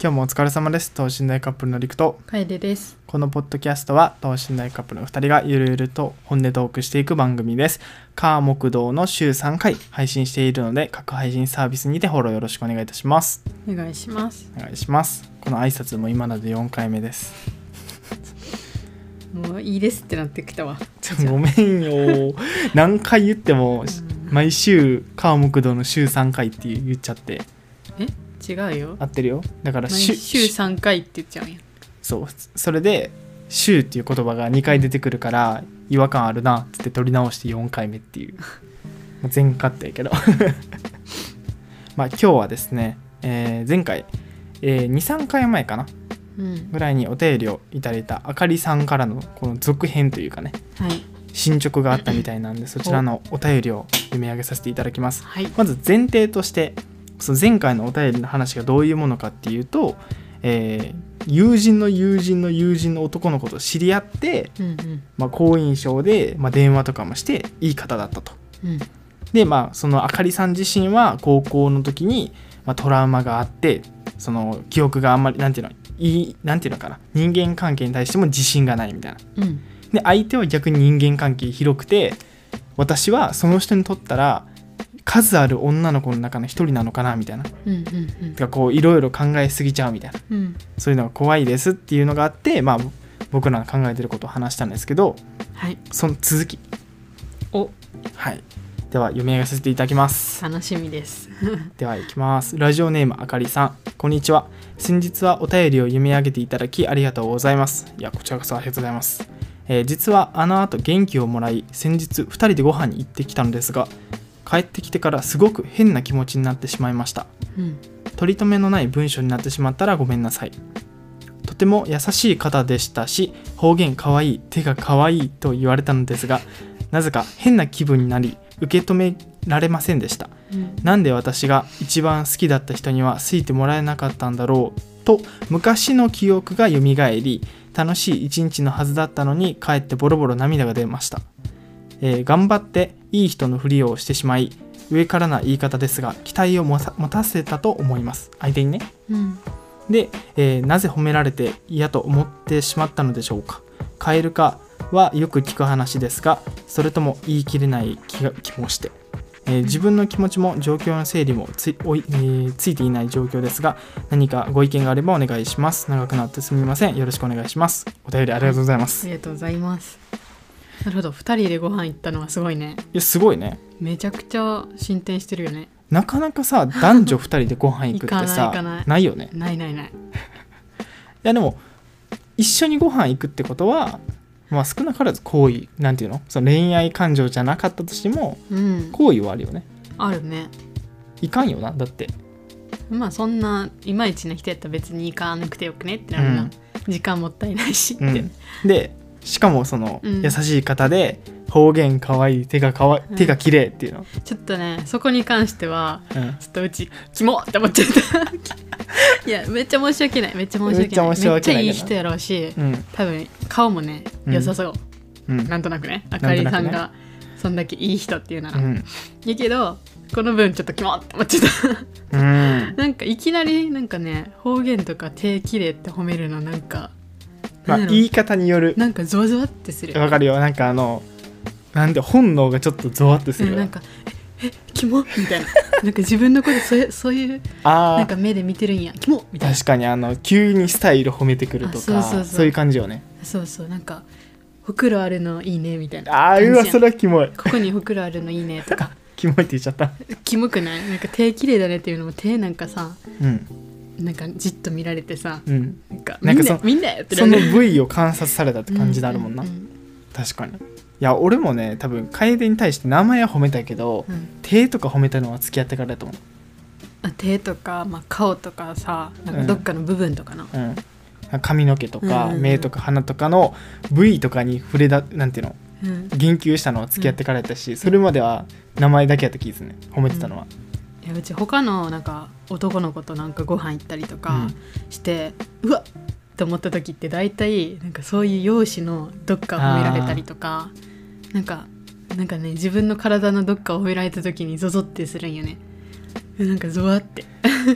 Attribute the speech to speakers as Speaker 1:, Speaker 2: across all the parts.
Speaker 1: 今日もお疲れ様です等身大カップルのりくと
Speaker 2: 楓です。
Speaker 1: このポッドキャストは等身大カップルの2人がゆるゆると本音トークしていく番組です火木道の週3回配信しているので各配信サービスにてフォローよろしくお願いいたします
Speaker 2: お願いします。
Speaker 1: お願いしますこの挨拶も今ので4回目です
Speaker 2: もういいですってなってきたわ。
Speaker 1: ちょごめんよ 何回言っても毎週火木道の週3回って言っちゃって
Speaker 2: 違うよ。
Speaker 1: 合ってるよだから
Speaker 2: 毎
Speaker 1: 週
Speaker 2: 週三回って言っちゃうんや。
Speaker 1: そうそれで「週」っていう言葉が2回出てくるから違和感あるなっつって取り直して4回目っていうまあ全カットやけど まあ今日はですね、えー前回、え23回前かな
Speaker 2: うん。
Speaker 1: ぐらいにお便りをいただいたあかりさんからのこの続編というかね
Speaker 2: はい。
Speaker 1: 進捗があったみたいなんでそちらのお便りを読み上げさせていただきます
Speaker 2: はい。
Speaker 1: まず前提としてその前回のお便りの話がどういうものかっていうと、えー友人の友人の友人の男の子と知り合って、
Speaker 2: うんうん。
Speaker 1: まあ、好印象で、まあ、電話とかもしていい方だったと。
Speaker 2: うん。
Speaker 1: でまあそのあかりさん自身は高校の時に、まあ、トラウマがあってその記憶があんまりなんていうのいいなんていうのかな人間関係に対しても自信がないみたいな。
Speaker 2: うん。
Speaker 1: で相手は逆に人間関係広くて私はその人にとったら数ある女の子の中の一人なのかなみたいな
Speaker 2: うんうんうん
Speaker 1: てかこういろいろ考えすぎちゃうみたいな
Speaker 2: うん。
Speaker 1: そういうのが怖いですっていうのがあってまあ僕らの考えてることを話したんですけど
Speaker 2: はい。
Speaker 1: その続き
Speaker 2: お
Speaker 1: はいでは読み上げさせていただきます
Speaker 2: 楽しみです。
Speaker 1: ではいきますラジオネームあかりさんこんにちは先日はお便りを読み上げていただきありがとうございますいやこちらこそありがとうございます、えー実はあの後元気をもらい先日2人でご飯に行ってきたのですが帰ってきてからすごく変な気持ちになってしまいました
Speaker 2: うん。
Speaker 1: 取り留めのない文章になってしまったらごめんなさいとても優しい方でしたし方言かわいい手がかわいいと言われたのですがなぜか変な気分になり受け止められませんでした
Speaker 2: うん。
Speaker 1: なんで私が一番好きだった人には好いてもらえなかったんだろうと昔の記憶が蘇り楽しい一日のはずだったのに帰ってボロボロ涙が出ました、えー頑張っていい人のふりをしてしまい上からな言い方ですが期待を持た持たせたと思います相手にね
Speaker 2: うん。
Speaker 1: で、えーなぜ褒められて嫌と思ってしまったのでしょうか蛙化はよく聞く話ですがそれとも言い切れない気が気もして、えー自分の気持ちも状況の整理もついおい、えーついていない状況ですが何かご意見があればお願いします長くなってすみませんよろしくお願いしますお便りありがとうございま
Speaker 2: あ
Speaker 1: す、い
Speaker 2: りがとうございます。なるほど。二人でご飯行ったのはすごいね。
Speaker 1: やすごいね
Speaker 2: めちゃくちゃ進展してるよね。
Speaker 1: なかなかさ男女2人でご飯行くって
Speaker 2: 行かない
Speaker 1: さ
Speaker 2: 行かない
Speaker 1: ないよね
Speaker 2: ないないない。
Speaker 1: いやでも一緒にご飯行くってことは、まあ、少なからず好意なんていうのその恋愛感情じゃなかったとしても
Speaker 2: うん。
Speaker 1: 好意はあるよね
Speaker 2: あるね。
Speaker 1: いかんよなだって
Speaker 2: まあそんないまいちな人やったら別に行かなくてよくねってなるな、
Speaker 1: うん
Speaker 2: 時間もったいないしって、
Speaker 1: うんでしかもその
Speaker 2: うん
Speaker 1: 優しい方で方言かわいい手がかわ
Speaker 2: うん
Speaker 1: 手が綺麗っていうの、
Speaker 2: ちょっとねそこに関しては
Speaker 1: うん
Speaker 2: ちょっとうちキモって思っちゃった いやめっちゃ申し訳ないめっちゃ申し訳ないめっちゃ
Speaker 1: めっちゃ申し訳ないけど
Speaker 2: いい人やろうし
Speaker 1: うん
Speaker 2: 多分顔もね
Speaker 1: うん
Speaker 2: 良さそ
Speaker 1: う
Speaker 2: う、
Speaker 1: ん
Speaker 2: なんとなくねあ
Speaker 1: となく
Speaker 2: か
Speaker 1: ね
Speaker 2: りさんがそんだけいい人っていうな
Speaker 1: う
Speaker 2: ら、
Speaker 1: ん
Speaker 2: いいけどこの分ちょっとキモって思っちゃった
Speaker 1: うん
Speaker 2: なんかいきなりなんかね方言とか手綺麗って褒めるのなんか
Speaker 1: まあ
Speaker 2: なんやろ
Speaker 1: 言い方による
Speaker 2: なんかゾワゾワってする
Speaker 1: わかるよなんかあのなんで本能がちょっとゾワッとす
Speaker 2: う
Speaker 1: る
Speaker 2: ん、
Speaker 1: よ、
Speaker 2: なんか「ええキモ」みたいななんか自分のことそういうそういう
Speaker 1: あ
Speaker 2: なん
Speaker 1: あ
Speaker 2: か目で見てるんやキモみたいな
Speaker 1: 確かにあの急にスタイル褒めてくるとか
Speaker 2: あそうそうそう
Speaker 1: いう感じよね
Speaker 2: そうそうなんか「ほくろあるのいいね」みたいな
Speaker 1: ああうわそ
Speaker 2: れ
Speaker 1: れはキモい
Speaker 2: ここにほくろあるのいいねとか
Speaker 1: キモいって言っちゃった
Speaker 2: キモくないなんか手綺麗だねっていうのも手なんかさ
Speaker 1: うん
Speaker 2: なんかじっと見られてさ
Speaker 1: うん
Speaker 2: なんか
Speaker 1: な
Speaker 2: み
Speaker 1: ん
Speaker 2: ん
Speaker 1: か
Speaker 2: な
Speaker 1: そ
Speaker 2: みんなやって
Speaker 1: その部位を観察されたって感じに
Speaker 2: だ
Speaker 1: なるもんな、
Speaker 2: うん
Speaker 1: 確かにいや俺もね多分楓に対して名前は褒めたけど、
Speaker 2: うんうん
Speaker 1: 手とか褒めたのは付き合ってからだと思
Speaker 2: あ手とか、まあ、顔とかさなんかどっかの部分とかな、
Speaker 1: う、うん、髪の毛とか、
Speaker 2: うんうんうん
Speaker 1: 目とか鼻とかの部位とかに触れだなんていうの
Speaker 2: うん、
Speaker 1: 言及したのは付き合ってからやったし、それまでは名前だけやった気ですね褒めてたのは、
Speaker 2: いやうち他のなんか男の子となんかご飯行ったりとかして、うわっと思った時って大体なんかそういう容姿のどっかを褒められたりとかなんかなんかね自分の体のどっかを褒められた時にゾゾってするんよねなんかゾワって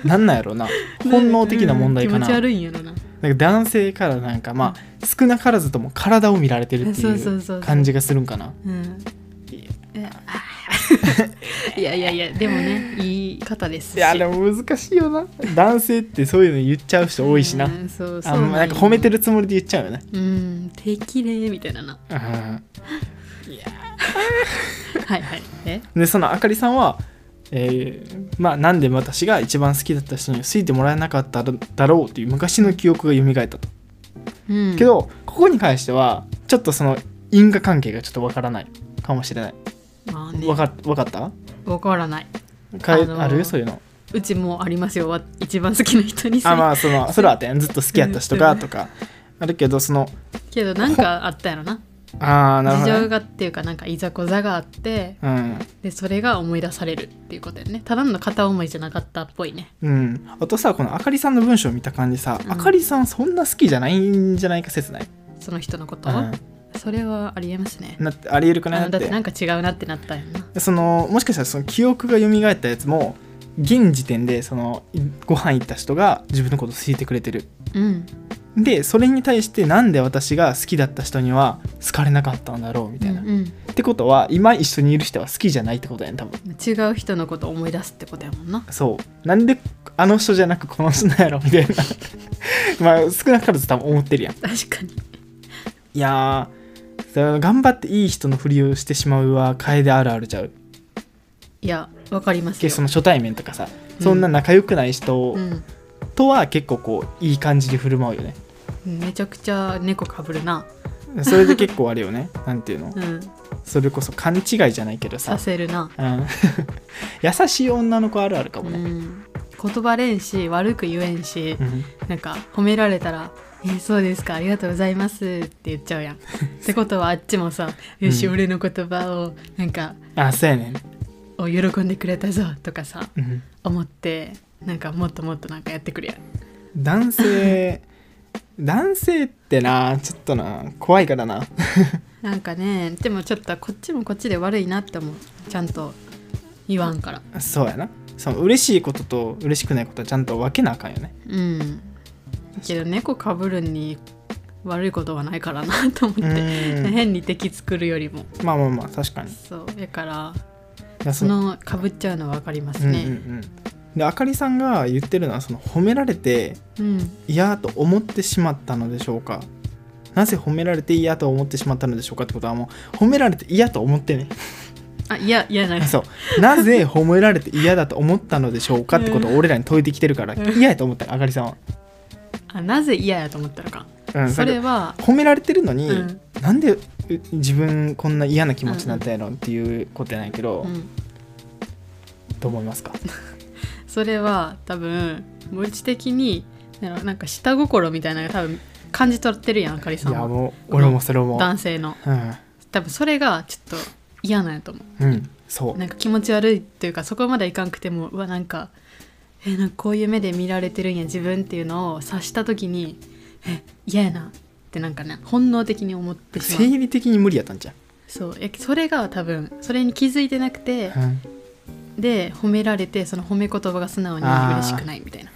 Speaker 1: なんなんや ろうな本能的な問題か
Speaker 2: うん
Speaker 1: な,、
Speaker 2: 気持ち悪いんやろな
Speaker 1: なんか男性からなんかまあ少なからずとも体を見られてるって
Speaker 2: そうそうそう
Speaker 1: い
Speaker 2: そうう
Speaker 1: 感じがするんかな
Speaker 2: うんえあー いやいやいやでもねいい方ですし
Speaker 1: いやでも難しいよな男性ってそういうの言っちゃう人多いしな、
Speaker 2: うんそうそう
Speaker 1: あんまなんか褒めてる
Speaker 2: る
Speaker 1: つもりで言っちゃうよね
Speaker 2: うん手綺麗みたいななはいはいえ
Speaker 1: でそのあかりさんは、えーまあ、なんで私が一番好きだった人に好いてもらえなかっただろうっていう昔の記憶が蘇ったと、
Speaker 2: うん
Speaker 1: けどここに関してはちょっとその因果関係がちょっとわからないかもしれない
Speaker 2: まあね
Speaker 1: わ
Speaker 2: わ
Speaker 1: かわかった
Speaker 2: からない
Speaker 1: か、
Speaker 2: あのー
Speaker 1: あるそういうの
Speaker 2: うちもありますよわ一番好きな人に さ
Speaker 1: あまあそ のそれはあったやんずっと好きやった人がとかあるけどその
Speaker 2: けどなんかあったやろな
Speaker 1: あ あなるほ
Speaker 2: 事
Speaker 1: ど
Speaker 2: 情
Speaker 1: ね、
Speaker 2: がっていうかなんかいざこざがあって
Speaker 1: うん
Speaker 2: でそれが思い出されるっていうことやねただの片思いじゃなかったっぽいね
Speaker 1: うん、あとさこのあかりさんの文章を見た感じさ、
Speaker 2: うん
Speaker 1: あかりさんそんな好きじゃないんじゃないか説ない、
Speaker 2: その人のこと、
Speaker 1: う
Speaker 2: それはありえますね
Speaker 1: ん、なってありえるか
Speaker 2: あ
Speaker 1: な
Speaker 2: の
Speaker 1: っ
Speaker 2: だっててなんか違うなってなったんやんな
Speaker 1: そのもしかしたらその記憶が蘇ったやつも現時点でそのいご飯行った人が自分のことを好いてくれてる
Speaker 2: うん
Speaker 1: でそれに対してなんで私が好きだった人には好かれなかったんだろうみたいな、
Speaker 2: うん
Speaker 1: っ
Speaker 2: うん
Speaker 1: てことは今一緒にいる人は好きじゃないってことやん多分
Speaker 2: 違う人のことを思い出すってことやもんな
Speaker 1: そうなんであの人じゃなくこの人なんやろみたいな まあ少なからず多分思ってるやん
Speaker 2: 確かに
Speaker 1: いやーその頑張っていい人のふりをしてしまうは楓あるあるちゃう
Speaker 2: いやわかります
Speaker 1: け
Speaker 2: よ
Speaker 1: その初対面とかさ、
Speaker 2: うん
Speaker 1: そんな仲良くない人
Speaker 2: うん
Speaker 1: とは結構こういい感じで振る舞うよね
Speaker 2: めちゃくちゃ猫かぶるな
Speaker 1: それで結構あれよねなんていうの
Speaker 2: うん
Speaker 1: それこそ勘違いじゃないけどさ
Speaker 2: さ、せるな
Speaker 1: うん 優しい女の子あるあるか
Speaker 2: う
Speaker 1: もね、
Speaker 2: ん言葉れんし悪く言えんし、
Speaker 1: うん
Speaker 2: なんか褒められたら「えーそうですかありがとうございます」って言っちゃうやん。ってことはあっちもさ「よし、
Speaker 1: うん
Speaker 2: 俺の言葉をなんか
Speaker 1: あそうやねん、
Speaker 2: を喜んでくれたぞ」とかさ
Speaker 1: うん
Speaker 2: 思ってなんかもっともっとなんかやってくるやん。
Speaker 1: 男 性男性ってなちょっとな怖いからな
Speaker 2: なんかねでもちょっとこっちもこっちで悪いなって思うちゃんと言わんから。
Speaker 1: そうやなその嬉しいことと嬉しくないことはちゃんと分けなあかんよね
Speaker 2: うん。けど猫かぶるに悪いことはないからなと思
Speaker 1: う
Speaker 2: って、
Speaker 1: ん
Speaker 2: 変に敵作るよりも
Speaker 1: まあまあまあ確かに
Speaker 2: そうだから
Speaker 1: いや
Speaker 2: そのかぶっちゃうのは分かります
Speaker 1: うんうんう
Speaker 2: ね。
Speaker 1: ん、であかりさんが言ってるのはその褒められて
Speaker 2: うん
Speaker 1: 嫌と思ってしまったのでしょうかなぜ褒められて嫌と思ってしまったのでしょうかってことはもう褒められて嫌と思って ね
Speaker 2: あいやいやない
Speaker 1: そうなぜ褒められて嫌だと思ったのでしょうかってことを俺らに問いてきてるから
Speaker 2: うん
Speaker 1: 嫌やと思ったのあかりさんは、
Speaker 2: あなぜ嫌やと思ったのか、
Speaker 1: うん、
Speaker 2: それ
Speaker 1: だか
Speaker 2: は
Speaker 1: ら褒められてるのに、
Speaker 2: うん
Speaker 1: なんでう自分こんな嫌な気持ちになったやろっていうことやないけど、
Speaker 2: うん
Speaker 1: どう思いますか
Speaker 2: それは多分無知的になんやろなんか下心みたいなのが多分感じ取ってるやんあかり
Speaker 1: い
Speaker 2: さん
Speaker 1: や
Speaker 2: は
Speaker 1: もう俺もそれも
Speaker 2: 男性の
Speaker 1: うん、
Speaker 2: 多分それがちょっと嫌なんやと思
Speaker 1: うん、そう
Speaker 2: うなんか気持ち悪いっていうかそこまでいかんくてもうわなんかえなんかこういう目で見られてるんや自分っていうのを察した時にえ嫌やなってなんかね本能的に思ってしまう
Speaker 1: 生理的に無理やったんじゃ
Speaker 2: そうえそれが多分それに気づいてなくて、
Speaker 1: ん、うん
Speaker 2: で褒められてその褒め言葉が素直に嬉しくないみたいな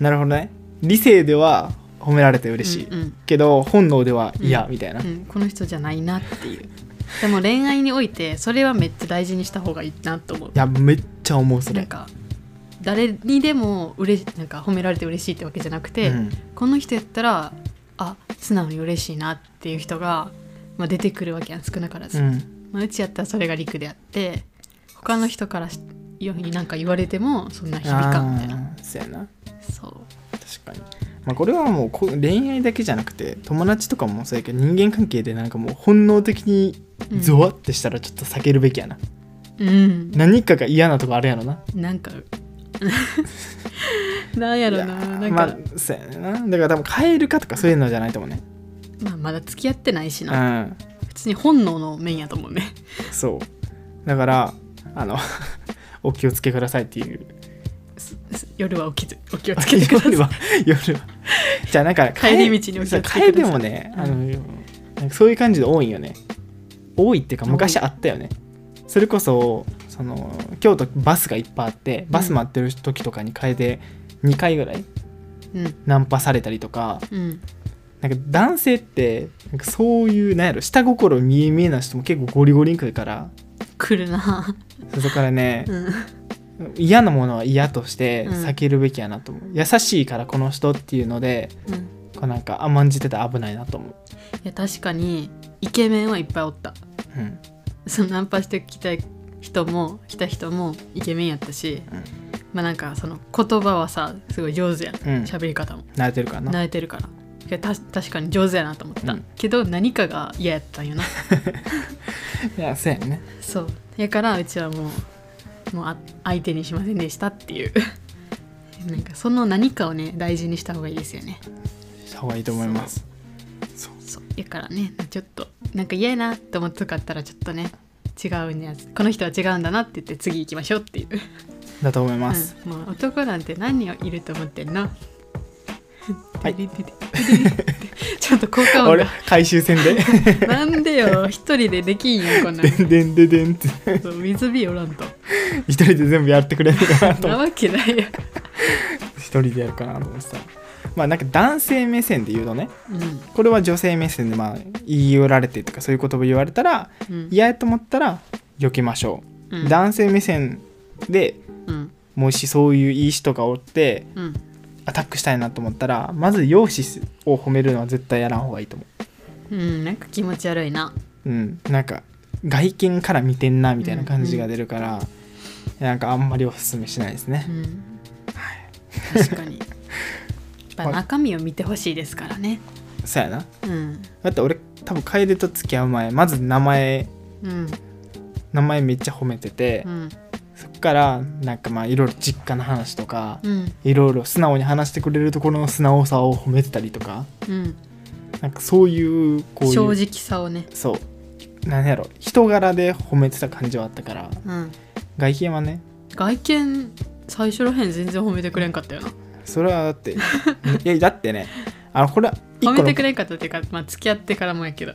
Speaker 1: なるほどね理性では褒められて嬉しい、
Speaker 2: うんうん
Speaker 1: けど本能では嫌、
Speaker 2: う
Speaker 1: みたいな、
Speaker 2: うん、この人じゃないなっていうでも恋愛においてそれはめっちゃ大事にした方がいいなと思う
Speaker 1: いやめっちゃ思うそ
Speaker 2: なん
Speaker 1: れ
Speaker 2: か誰にでもうれなんか褒められて嬉しいってわけじゃなくて、
Speaker 1: うん
Speaker 2: この人やったらあ素直に嬉しいなっていう人が、まあ、出てくるわけやん少なからず、
Speaker 1: う
Speaker 2: うんまあ、うちやったらそれが陸であって他の人からしようになんか言われてもそんな響かんみたいな
Speaker 1: あーそうやな
Speaker 2: そう
Speaker 1: 確かに、まあ、これはもうこ恋愛だけじゃなくて友達とかもそうやけど人間関係でなんかもう本能的にゾワってしたらちょっと避けるべきやな、
Speaker 2: うん
Speaker 1: 何かが嫌なとこあるやろな
Speaker 2: なんか なんやろない
Speaker 1: やー
Speaker 2: なんか、
Speaker 1: ま
Speaker 2: ま
Speaker 1: あそうやなだから多分変えるかとかそういうのじゃないと思うね
Speaker 2: あ、まだ付き合ってないし
Speaker 1: う
Speaker 2: な、
Speaker 1: ん
Speaker 2: 普通に本能の面やと思うね
Speaker 1: そうだからあの お気をつけくださいっていう
Speaker 2: 夜は起きずお気をつけてください
Speaker 1: 夜は夜はじゃあなんか
Speaker 2: 帰り道にお気をつけください
Speaker 1: 帰りもねあの、なんかそういう感じで多いよね多いっていうか昔あったよねそれこそそその京都バスがいっぱいあってバス待ってる時とかに楓で2回ぐらい
Speaker 2: うん
Speaker 1: ナンパされたりとか
Speaker 2: うん
Speaker 1: なんか男性ってなんかそういうなんやろ下心見え見えな人も結構ゴリゴリに来るから
Speaker 2: 来るな
Speaker 1: そこからね
Speaker 2: う、ん
Speaker 1: 嫌なものは嫌として
Speaker 2: うん
Speaker 1: 避けるべきやなと思う、優しいからこの人っていうので
Speaker 2: うん
Speaker 1: こうなんか甘んじてたら危ないなと思う、
Speaker 2: いや確かにイケメンはいっぱいおった
Speaker 1: うん
Speaker 2: そのナンパしてきた人も来た人もイケメンやったし、
Speaker 1: うん
Speaker 2: まあなんかその言葉はさすごい上手やん
Speaker 1: うん
Speaker 2: 喋、り方も
Speaker 1: 慣れてるからな
Speaker 2: 慣れてるからいやた確かに上手やなと思った、
Speaker 1: うん
Speaker 2: けど何かが嫌やった んよな
Speaker 1: いやそうやね
Speaker 2: そうやからうちはもうもうあ相手にしませんでしたっていう なんかその何かをね大事にした方がいいですよね
Speaker 1: した方がいいと思いますそう
Speaker 2: そうやからねちょっとなんか嫌やなと思ってかったらちょっとね違うんやつこの人は違うんだなって言って次行きましょうっていう
Speaker 1: だと思います、
Speaker 2: うん、もう男なんて何人いると思ってんの、
Speaker 1: はい
Speaker 2: てれてれてれてれちょっと効果音
Speaker 1: 俺
Speaker 2: が
Speaker 1: 回収戦で
Speaker 2: なんでよ一人でできんよこんな
Speaker 1: で
Speaker 2: の
Speaker 1: んでんでんでんって
Speaker 2: そう水火おらんと
Speaker 1: 一人で全部やってくれるのかなと思
Speaker 2: な
Speaker 1: っ
Speaker 2: わけな いや
Speaker 1: て一人でやるかなと思ってたまあなんか男性目線で言うとね
Speaker 2: うん
Speaker 1: これは女性目線でまあ言い寄られてとかそういう言葉言われたら
Speaker 2: うん
Speaker 1: 嫌やと思ったら避けましょう、
Speaker 2: うん
Speaker 1: 男性目線で
Speaker 2: うん
Speaker 1: もしそういういい人がおって
Speaker 2: うん
Speaker 1: アタックしたいなと思ったらまず容姿を褒めるのは絶対やらん方がいいと思
Speaker 2: うんなんか気持ち悪いな
Speaker 1: ううんなんか外見から見てんなみたいな感じが出るから、なんかあんまりおすすめしないですね
Speaker 2: う、ん確かにやっぱ中身を見てほしいですからね
Speaker 1: そうやな
Speaker 2: うん
Speaker 1: だって俺多分楓と付き合う前まず名前
Speaker 2: うん
Speaker 1: 名前めっちゃ褒めてて、
Speaker 2: うん
Speaker 1: そっからなんかまあいろいろ実家の話とか、
Speaker 2: うん
Speaker 1: いろいろ素直に話してくれるところの素直さを褒めてたりとか
Speaker 2: うん
Speaker 1: なんかそういうこういう
Speaker 2: 正直さをね
Speaker 1: そうなんやろ人柄で褒めてた感じはあったから
Speaker 2: うん
Speaker 1: 外見はね
Speaker 2: 外見最初らへん全然褒めてくれんかったよな
Speaker 1: それはだっていやだってねあのこれは一個
Speaker 2: 褒
Speaker 1: の
Speaker 2: めてくれんかったっていうか、まあ、付き合ってからもやけど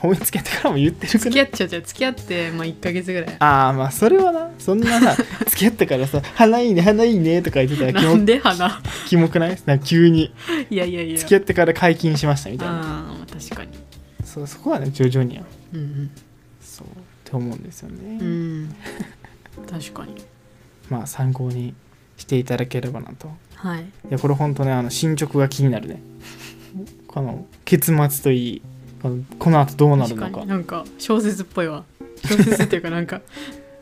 Speaker 1: 褒めつけてからも言ってる
Speaker 2: 付
Speaker 1: け
Speaker 2: き
Speaker 1: ど
Speaker 2: 合っちゃうじゃう付き合って、まあ、1か月ぐらい
Speaker 1: ああまあそれはなそんな さ付き合ってからさ「花いいね花いいね」とか言ってたらキ
Speaker 2: なん
Speaker 1: モ
Speaker 2: で花
Speaker 1: キモくないなんか急に
Speaker 2: いやいやいや
Speaker 1: 付き合ってから解禁しましたみたいな
Speaker 2: ああ確かに
Speaker 1: そうそこはね徐々にや
Speaker 2: うん
Speaker 1: そうって思うんですよね、
Speaker 2: うん、うん、確かに
Speaker 1: まあ参考にしていただければなと
Speaker 2: はい
Speaker 1: いやこれ本当ねあの進捗が気になるねこの結末といいこのこの後どうなる
Speaker 2: 確
Speaker 1: の
Speaker 2: か
Speaker 1: か
Speaker 2: になんか小説っぽいわ小説っていう かなんか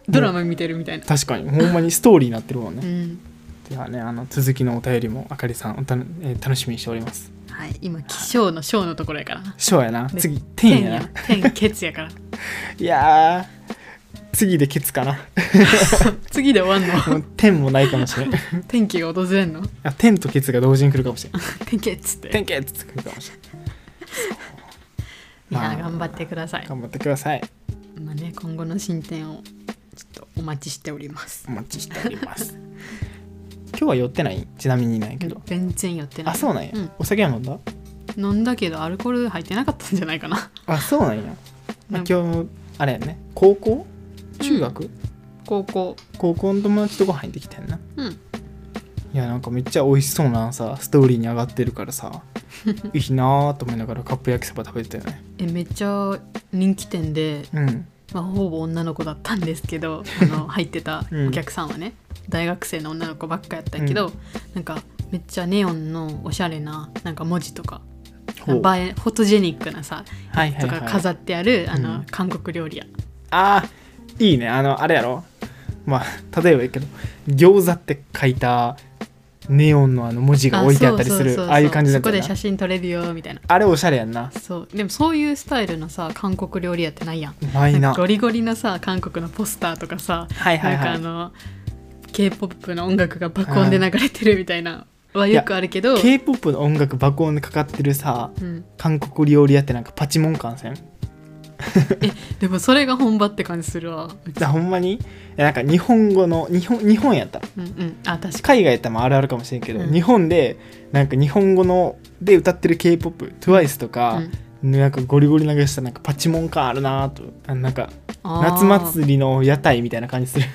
Speaker 2: ドラマ見てるみたいな
Speaker 1: 確かにほんまにストーリーになってるもん
Speaker 2: う
Speaker 1: ね、
Speaker 2: ん
Speaker 1: ではねあの続きのお便りもあかりさんおた、えー楽しみにしております
Speaker 2: はい今気象の章のところやからな
Speaker 1: ショーやな
Speaker 2: ね
Speaker 1: 次天やな
Speaker 2: 天ケツやから
Speaker 1: いやー次でケツかな
Speaker 2: 次で終 わん
Speaker 1: も
Speaker 2: の
Speaker 1: う天もないかもしれない
Speaker 2: 天気が訪れんの
Speaker 1: あ天とケツが同時に来るかもしれ ない
Speaker 2: 天ケツって
Speaker 1: 天ケツって来るかもしれない
Speaker 2: いや
Speaker 1: まあ
Speaker 2: 頑張ってください
Speaker 1: 頑張ってください
Speaker 2: まあね、今後の進展をちょっとお待ちしております。
Speaker 1: お待ちしております今日は寄ってないちなみにないけど、
Speaker 2: 全然寄ってない。
Speaker 1: あそうなんや、
Speaker 2: うん
Speaker 1: お酒は飲んだ
Speaker 2: 飲んだけどアルコール入ってなかったんじゃないかな。
Speaker 1: あそうなんや、ま
Speaker 2: な
Speaker 1: あ
Speaker 2: ん、か
Speaker 1: 今日あれやね高校中学、
Speaker 2: 高校。
Speaker 1: 高校の友達とご飯行ってきてんな
Speaker 2: うん。
Speaker 1: いやなんかめっちゃ美味しそうなさストーリーに上がってるから さいいなーと思いながらカップ焼きそば食べてたよね
Speaker 2: えめっちゃ人気店で、
Speaker 1: うん
Speaker 2: まあ、ほぼ女の子だったんですけ どあの入ってたお客さんはね、大学生の女の子ばっかやったけど、なんかめっちゃネオンのおしゃれななんか文字とか
Speaker 1: ほ
Speaker 2: 映えフ
Speaker 1: うはい
Speaker 2: ォトジェニックなさ
Speaker 1: はい
Speaker 2: と
Speaker 1: は
Speaker 2: か
Speaker 1: い
Speaker 2: 飾ってある、あ
Speaker 1: う
Speaker 2: の、
Speaker 1: ん
Speaker 2: 韓国料理屋
Speaker 1: あーいいねあのあれやろまあ例えばやけど餃子って書いたネオンのあの文字が置いてあったりす
Speaker 2: そうそうそう
Speaker 1: る
Speaker 2: そう
Speaker 1: ああいう感じだっ
Speaker 2: そこ
Speaker 1: た
Speaker 2: で
Speaker 1: よ
Speaker 2: 写
Speaker 1: な
Speaker 2: 真撮れるよみたいな
Speaker 1: あれおしゃれやんな
Speaker 2: そうでもそういうスタイルのさ韓国料理屋ってないやん
Speaker 1: うまい
Speaker 2: なん
Speaker 1: な
Speaker 2: かゴリゴリのさ韓国のポスターとかさ、
Speaker 1: はいはい
Speaker 2: なんか
Speaker 1: は
Speaker 2: あ
Speaker 1: い
Speaker 2: の k p o p の音楽が爆音で流れてるみたいなはよくあるけど、
Speaker 1: k p o p の音楽爆音でかかってるさ
Speaker 2: うん、
Speaker 1: 韓国料理屋ってなんかパチモン感せん
Speaker 2: でもそれが本場って感じするわ、
Speaker 1: だほんまにいやなんか日本語の日本日本やったら
Speaker 2: うんうん、あ確か
Speaker 1: 海外やったらまああるあるかもしれんけど、
Speaker 2: うん
Speaker 1: 日本でなんか日本語ので歌ってる k p o p t w i c e とか、
Speaker 2: に、
Speaker 1: なんかゴリゴリ流したなんかパチモン感あるなぁとあなんか
Speaker 2: あー
Speaker 1: 夏祭りの屋台みたいな感じ する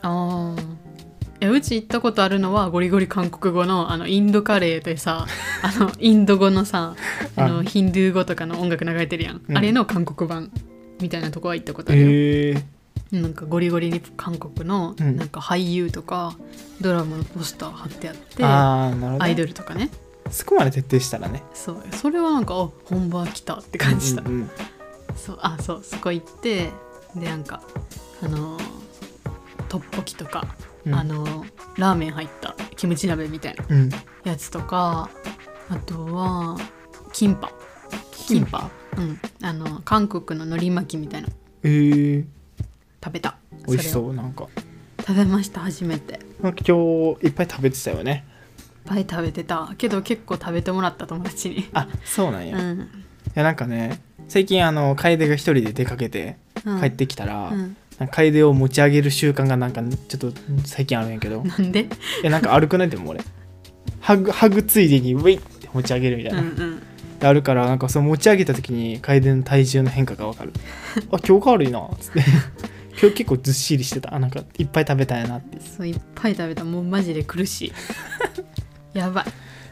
Speaker 2: あーいやうち行ったことあるのはゴリゴリ韓国語のあのインドカレーで さあのインド語のさあのヒンドゥー語とかの音楽流れてるやん、
Speaker 1: うん
Speaker 2: あれの韓国版みたいなとこは行ったことあるよ、
Speaker 1: へえ
Speaker 2: なんかゴリゴリに韓国の
Speaker 1: うん
Speaker 2: なんか俳優とかドラマのポスター貼ってあって、
Speaker 1: ああなるほど
Speaker 2: アイド
Speaker 1: ね
Speaker 2: ルとかね
Speaker 1: そこまで徹底したらね
Speaker 2: そうそれはなんかあ本場来たって感じした、
Speaker 1: うんうんうん
Speaker 2: そうあそうそこ行ってでなんかあのートッポキとか、
Speaker 1: うん
Speaker 2: あのーラーメン入ったキムチ鍋みたいな
Speaker 1: うん
Speaker 2: やつとかあとはキンパキンパうんあの韓国の海苔巻きみたいなの
Speaker 1: へえ
Speaker 2: 食べた
Speaker 1: 美味し
Speaker 2: れを
Speaker 1: そうなんか
Speaker 2: 食べました初めていっ
Speaker 1: なんか今日いっぱい食べてたよね
Speaker 2: ぱい食べてたけど結構食べてもらった友達に
Speaker 1: あそうなん
Speaker 2: う
Speaker 1: や、い
Speaker 2: ん
Speaker 1: やなんかね最近あの楓が一人で出かけて
Speaker 2: うん
Speaker 1: 帰ってきたら、
Speaker 2: うん
Speaker 1: なんか楓を持ち上げる習慣がなんかちょっと最近あるんやけど
Speaker 2: なんで
Speaker 1: えなんか歩くないでも俺ハグハグついでにウェイって持ち上げるみたいうな、
Speaker 2: んうん
Speaker 1: であるからなんかその持ち上げた時に楓の体重の変化がわ かるあ今日軽いなっつって今日結構ずっしりしてたあなんかいっぱい食べたいなって
Speaker 2: そういっぱい食べたもうマジで苦し いやばい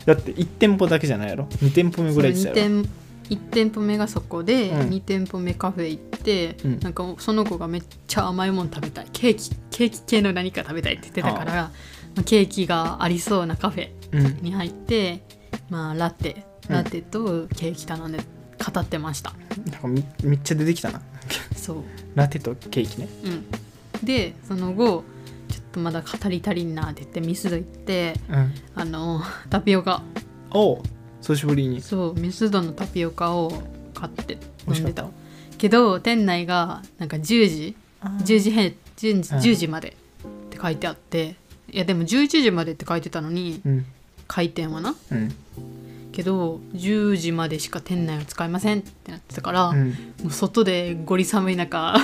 Speaker 1: だって1店舗だけじゃないやろ2店舗目ぐらいでし
Speaker 2: そ
Speaker 1: た
Speaker 2: う
Speaker 1: やろ
Speaker 2: 二店1店舗目がそこで、
Speaker 1: うん
Speaker 2: 2店舗目カフェ行って、
Speaker 1: うん
Speaker 2: なんかその子がめっちゃ甘いもん食べたいケーキケーキ系の何か食べたいって言ってたから、まあケーキがありそうなカフェ
Speaker 1: うん
Speaker 2: に入って、まあ、ラテ
Speaker 1: うん
Speaker 2: ラテとケーキ頼んで語ってました、
Speaker 1: なんかみめっちゃ出てきたな
Speaker 2: そう
Speaker 1: ラテとケーキね
Speaker 2: うんでその後ちょっとまだ語り足りんなって言ってミスド行って
Speaker 1: うん
Speaker 2: あの タピオカ
Speaker 1: おう久しぶりに
Speaker 2: そうミスドのタピオカを買って
Speaker 1: 美味
Speaker 2: 飲
Speaker 1: しか
Speaker 2: ん
Speaker 1: っ
Speaker 2: で
Speaker 1: た
Speaker 2: たけど店内がなんか10時10時閉10時
Speaker 1: うん
Speaker 2: ,10 時までって書いてあっていやでも11時までって書いてたのに
Speaker 1: うん
Speaker 2: 開店はな
Speaker 1: うん
Speaker 2: けど10時までしか店内を使いませんってなってたから、
Speaker 1: う
Speaker 2: も
Speaker 1: ん
Speaker 2: う外でゴリ寒い中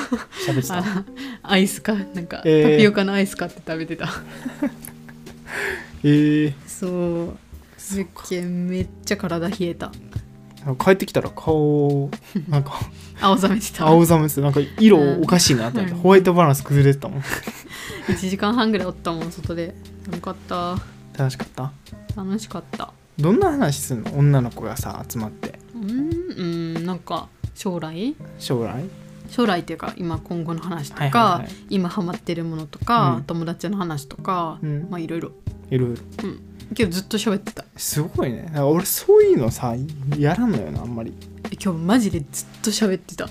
Speaker 1: 喋ってた
Speaker 2: あアイスかなんか、
Speaker 1: えー
Speaker 2: タピオカのアイス買って食べてた
Speaker 1: えー、
Speaker 2: そうすっげえめっちゃ体冷えた
Speaker 1: なんか帰ってきたら 顔なんか
Speaker 2: 青ざめてた
Speaker 1: 青ざめててなんか色おかしいなって思って、
Speaker 2: うん
Speaker 1: ホワイトバランス崩れてたもん
Speaker 2: 1時間半ぐらいおったもん外でよかった
Speaker 1: 楽しかった
Speaker 2: 楽しかった
Speaker 1: どんな話すんの女の子がさ集まって
Speaker 2: うんうんなんか将来
Speaker 1: 将来
Speaker 2: 将来っていうか今今後の話とか、
Speaker 1: はいはいはい
Speaker 2: 今ハマってるものとか、
Speaker 1: うん
Speaker 2: 友達の話とか、
Speaker 1: うん
Speaker 2: まあいろいろ
Speaker 1: いろいろ
Speaker 2: 今日ずっと喋ってた
Speaker 1: すごいねなんか俺そういうのさやらんのよなあんまり
Speaker 2: え今日マジでずっと喋ってた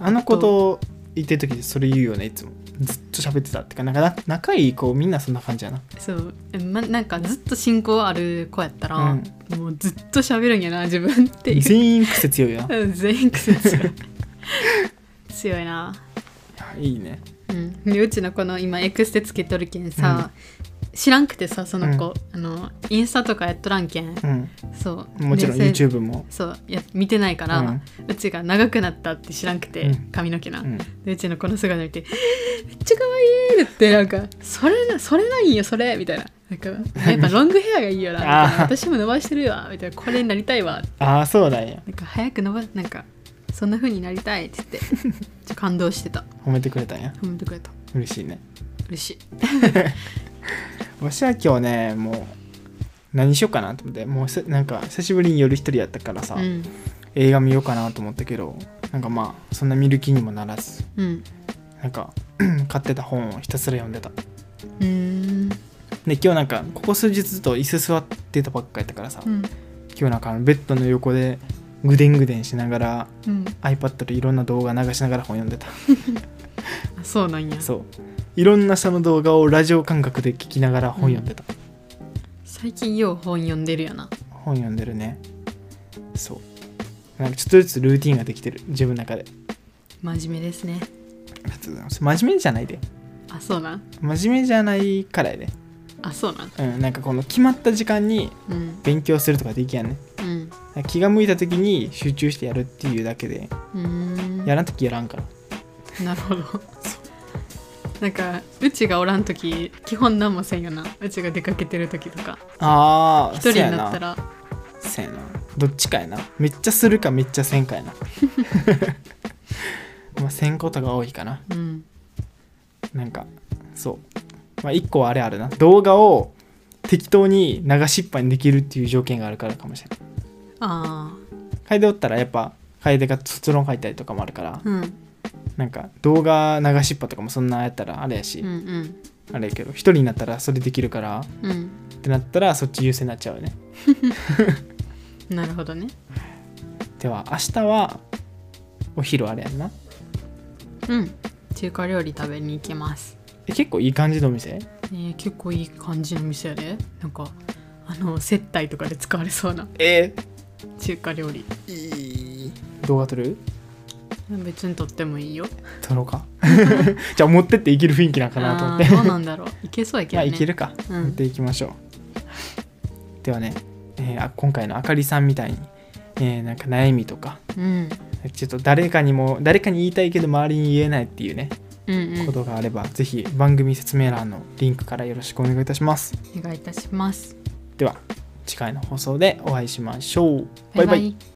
Speaker 1: あの子と言ってる時それ言うよねいつもずっと喋ってたってかなんかな仲いい子みんなそんな感じやな
Speaker 2: そう、えま、なんかずっと進行ある子やったら、
Speaker 1: うん
Speaker 2: もうずっと喋るんやな自分っていう
Speaker 1: 全員癖強い よない
Speaker 2: うん全員癖強い強いな
Speaker 1: やいいね
Speaker 2: うん、でうちのこの今エクステつけとるけんさ、知らんくてさその子、あのインスタとかやっとらんけ
Speaker 1: う
Speaker 2: ん
Speaker 1: ん
Speaker 2: そう
Speaker 1: もちろん
Speaker 2: でせ
Speaker 1: YouTube も
Speaker 2: そうや見てないから、
Speaker 1: う
Speaker 2: うんちが長くなったって知らんくて、
Speaker 1: うん
Speaker 2: 髪の毛な、
Speaker 1: うん
Speaker 2: でうちのこの姿見て「めっちゃ可愛い!」ってなんか「それなそれないよそれ」みたいななんかやっぱロングヘアがいいよなみたいな
Speaker 1: あー
Speaker 2: 私も伸ばしてるわみたいなこれになりたいわ
Speaker 1: ああそうなんや
Speaker 2: なんか早く伸ばなんかそんな風になりたいって言ってちょっと感動 してた
Speaker 1: 褒めてくれたんや
Speaker 2: 褒めてくれた
Speaker 1: 嬉しいね
Speaker 2: 嬉しい
Speaker 1: わしは今日ねもう何しようかなと思ってもうせなんか久しぶりに夜一人やったからさ、
Speaker 2: うん
Speaker 1: 映画見ようかなと思ったけどなんかまあそんな見る気にもならず
Speaker 2: うん
Speaker 1: なんか 買ってた本をひたすら読んでた
Speaker 2: うーん
Speaker 1: で今日なんかここ数日ずっと椅子座ってたばっかやったからさ、
Speaker 2: うん
Speaker 1: 今日なんかあのベッドの横でぐでんぐでんしながら
Speaker 2: うん
Speaker 1: iPad でいろんな動画流しながら本読んでた
Speaker 2: あそうなんや
Speaker 1: そういろんなその動画をラジオ感覚で聞きながら本読んでた、
Speaker 2: 最近よう本読んでるよな
Speaker 1: 本読んでるねそうなんかちょっとずつルーティンができてる自分の中で
Speaker 2: 真面目ですね
Speaker 1: ありがとうございます真面目じゃないで
Speaker 2: あそうなん
Speaker 1: 真面目じゃないからやで、
Speaker 2: あそうなん
Speaker 1: うん、なんかこの決まった時間に
Speaker 2: うん
Speaker 1: 勉強するとかできやんね
Speaker 2: うん
Speaker 1: 気が向いた時に集中してやるっていうだけで
Speaker 2: うーん
Speaker 1: やらん時やらんから
Speaker 2: なるほどなんかうちがおらん時基本何もせんよなうちが出かけてる時とか
Speaker 1: ああ
Speaker 2: 一人になったら
Speaker 1: せ やなどっちかやなめっちゃするかめっちゃせんかやなまあ、せんことが多いかな
Speaker 2: うん
Speaker 1: なんかそう、まあ、1個はあれあるな動画を適当に流しっぱにできるっていう条件があるからかもしれない
Speaker 2: あ
Speaker 1: 楓おったらやっぱ楓が卒論書いたりとかもあるから
Speaker 2: あうん
Speaker 1: なんか動画流しっぱとかもそんなやったらあれやし、
Speaker 2: うんうん
Speaker 1: あれやけど1人になったらそれできるから
Speaker 2: うん
Speaker 1: ってなったらそっち優先になっちゃうよね
Speaker 2: なるほどね
Speaker 1: では明日はお昼あれやんな
Speaker 2: うん中華料理食べに行きます
Speaker 1: え結構いい感じのお店
Speaker 2: えー結構いい感じの店やでなんかあの接待とかで使われそうな
Speaker 1: え
Speaker 2: 中華料理
Speaker 1: いい動画撮る
Speaker 2: 別にとってもいいよ
Speaker 1: 撮ろうか じゃあ持ってっていける雰囲気なんかなと思って
Speaker 2: あーどうなんだろういけそうやけ
Speaker 1: ま
Speaker 2: ど
Speaker 1: あ
Speaker 2: ね
Speaker 1: いけるか、
Speaker 2: うん
Speaker 1: 持っていきましょうではね、えーあ今回のあかりさんみたいに、えーなんか悩みとか
Speaker 2: うん
Speaker 1: ちょっと誰かにも誰かに言いたいけど周りに言えないっていうね、
Speaker 2: うんうん
Speaker 1: ことがあればぜひ番組説明欄のリンクからよろしくお願いいたします
Speaker 2: お願いいたします
Speaker 1: では次回の放送でお会いしましょうバイバイ